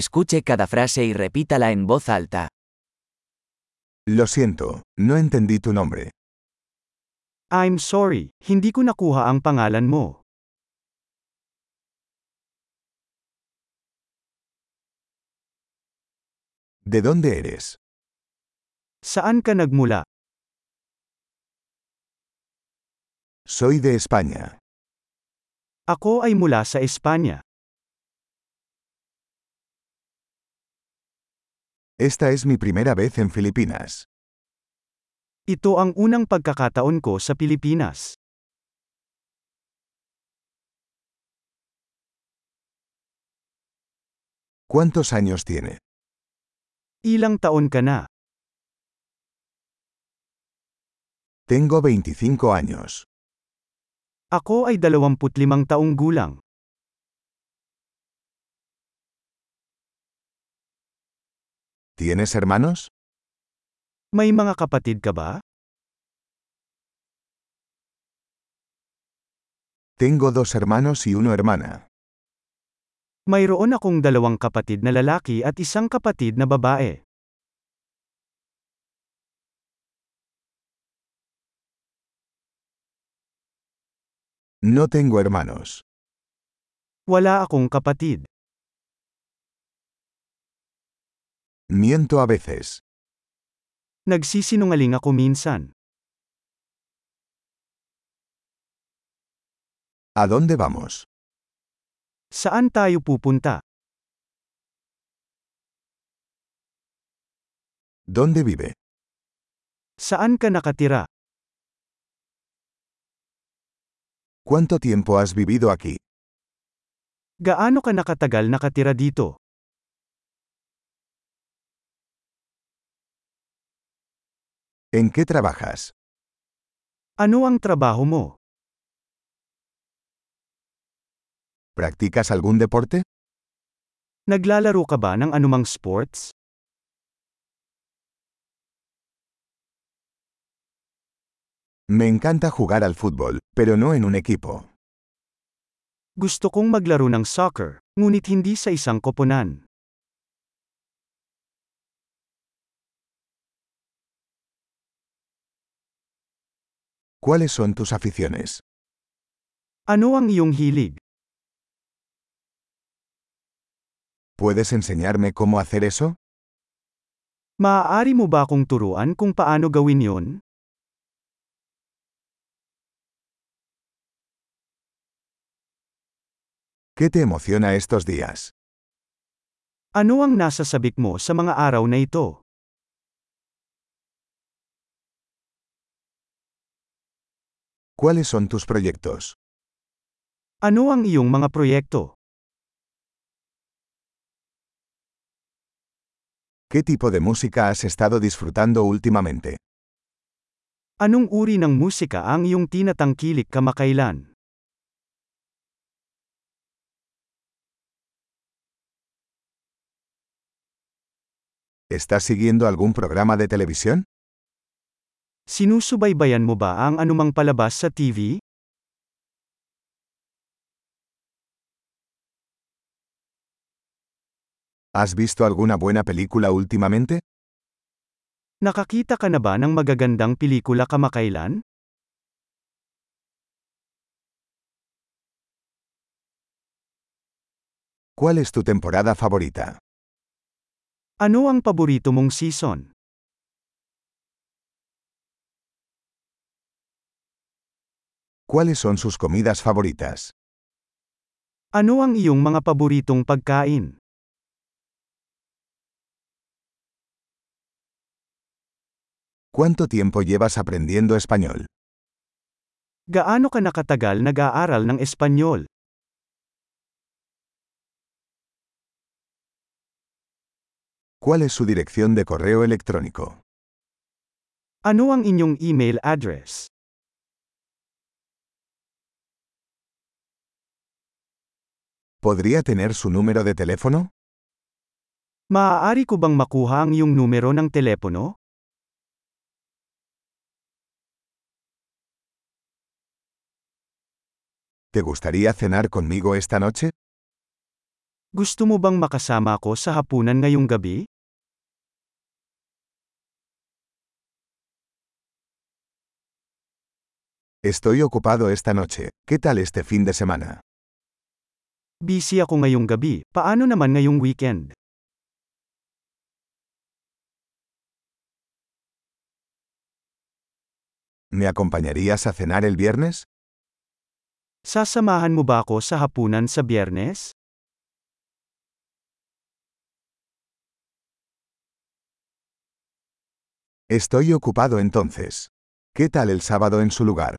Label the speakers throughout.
Speaker 1: Escuche cada frase y repítala en voz alta.
Speaker 2: Lo siento, no entendí tu nombre.
Speaker 3: I'm sorry, hindi ko nakuha ang pangalan mo.
Speaker 2: ¿De dónde eres?
Speaker 3: Saan ka nagmula?
Speaker 2: Soy de España.
Speaker 3: Ako ay mula sa Espanya.
Speaker 2: Esta es mi primera vez en Filipinas.
Speaker 3: Ito ang unang pagkakataon ko sa Pilipinas.
Speaker 2: ¿Cuántos años tiene?
Speaker 3: Ilang taon ka na?
Speaker 2: Tengo 25 años.
Speaker 3: Ako ay 25 taong gulang.
Speaker 2: ¿Tienes hermanos?
Speaker 3: May mga kapatid ka ba?
Speaker 2: Tengo dos hermanos y una hermana.
Speaker 3: Mayroon akong dalawang kapatid na lalaki at isang kapatid na babae.
Speaker 2: No tengo hermanos.
Speaker 3: Wala akong kapatid.
Speaker 2: Miento a veces.
Speaker 3: Nagsisinungaling ako minsan.
Speaker 2: ¿A dónde vamos?
Speaker 3: Saan tayo pupunta?
Speaker 2: ¿Dónde vive?
Speaker 3: Saan ka nakatira?
Speaker 2: ¿Cuánto tiempo has vivido aquí?
Speaker 3: Gaano ka nakatagal nakatira dito?
Speaker 2: ¿En qué trabajas?
Speaker 3: Ano ang trabaho mo?
Speaker 2: ¿Practicas algún deporte?
Speaker 3: Naglalaro ka ba ng anumang sports?
Speaker 2: Me encanta jugar al fútbol, pero no en un equipo.
Speaker 3: Gusto kong maglaro ng soccer, ngunit hindi sa isang koponan.
Speaker 2: ¿Cuáles son tus aficiones?
Speaker 3: Ano ang iyong hilig?
Speaker 2: ¿Puedes enseñarme cómo hacer eso?
Speaker 3: Maaari mo ba akong turuan kung paano gawin yon?
Speaker 2: ¿Qué te emociona estos días?
Speaker 3: Ano ang nasa sabik mo sa mga araw na ito?
Speaker 2: ¿Cuáles son tus proyectos?
Speaker 3: Ano ang iyong mga proyekto?
Speaker 2: ¿Qué tipo de música has estado disfrutando últimamente?
Speaker 3: Anong uri ng musika ang iyong tinatangkilik kamakailan?
Speaker 2: ¿Estás siguiendo algún programa de televisión?
Speaker 3: Sinusubaybayan mo ba ang anumang palabas sa TV?
Speaker 2: ¿Has visto alguna buena película últimamente?
Speaker 3: Nakakita ka na ba ng magagandang pelikula kamakailan?
Speaker 2: ¿Cuál es tu temporada favorita?
Speaker 3: Ano ang paborito mong season?
Speaker 2: ¿Cuáles son sus comidas favoritas?
Speaker 3: Ano ang iyong mga paboritong pagkain?
Speaker 2: ¿Cuánto tiempo llevas aprendiendo español?
Speaker 3: Gaano ka nakatagal nag-aaral ng Espanyol?
Speaker 2: ¿Cuál es su dirección de correo electrónico?
Speaker 3: Ano ang inyong email address?
Speaker 2: ¿Podría tener su número de teléfono?
Speaker 3: Maaari ko bang makuha ang iyong numero ng telepono?
Speaker 2: ¿Te gustaría cenar conmigo esta noche?
Speaker 3: Gusto mo bang makasama ko sa hapunan ngayong gabi?
Speaker 2: Estoy ocupado esta noche. ¿Qué tal este fin de semana?
Speaker 3: Busy ako ngayong gabi, paano naman ngayong weekend?
Speaker 2: ¿Me acompañarías a cenar el viernes?
Speaker 3: Sasamahan mo ba ako sa hapunan sa biyernes?
Speaker 2: Estoy ocupado entonces. ¿Qué tal el sábado en su lugar?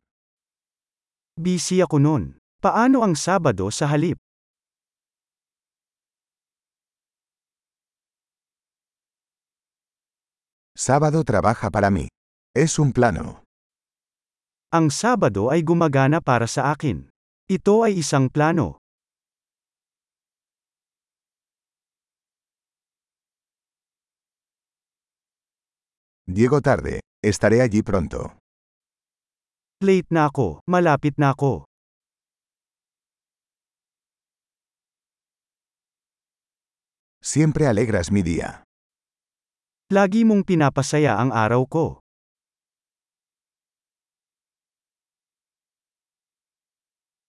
Speaker 3: Busy ako noon. Paano ang Sabado sa halip?
Speaker 2: Sábado trabaja para mí. Es un plano.
Speaker 3: Ang Sabado ay gumagana para sa akin. Ito ay isang plano.
Speaker 2: Llego tarde. Estaré allí pronto.
Speaker 3: Late na ako, malapit na ako.
Speaker 2: Siempre alegras mi día.
Speaker 3: Lagi mong pinapasaya ang araw ko.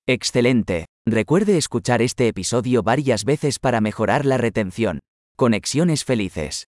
Speaker 1: Excelente. Recuerde escuchar este episodio varias veces para mejorar la retención. Conexiones felices.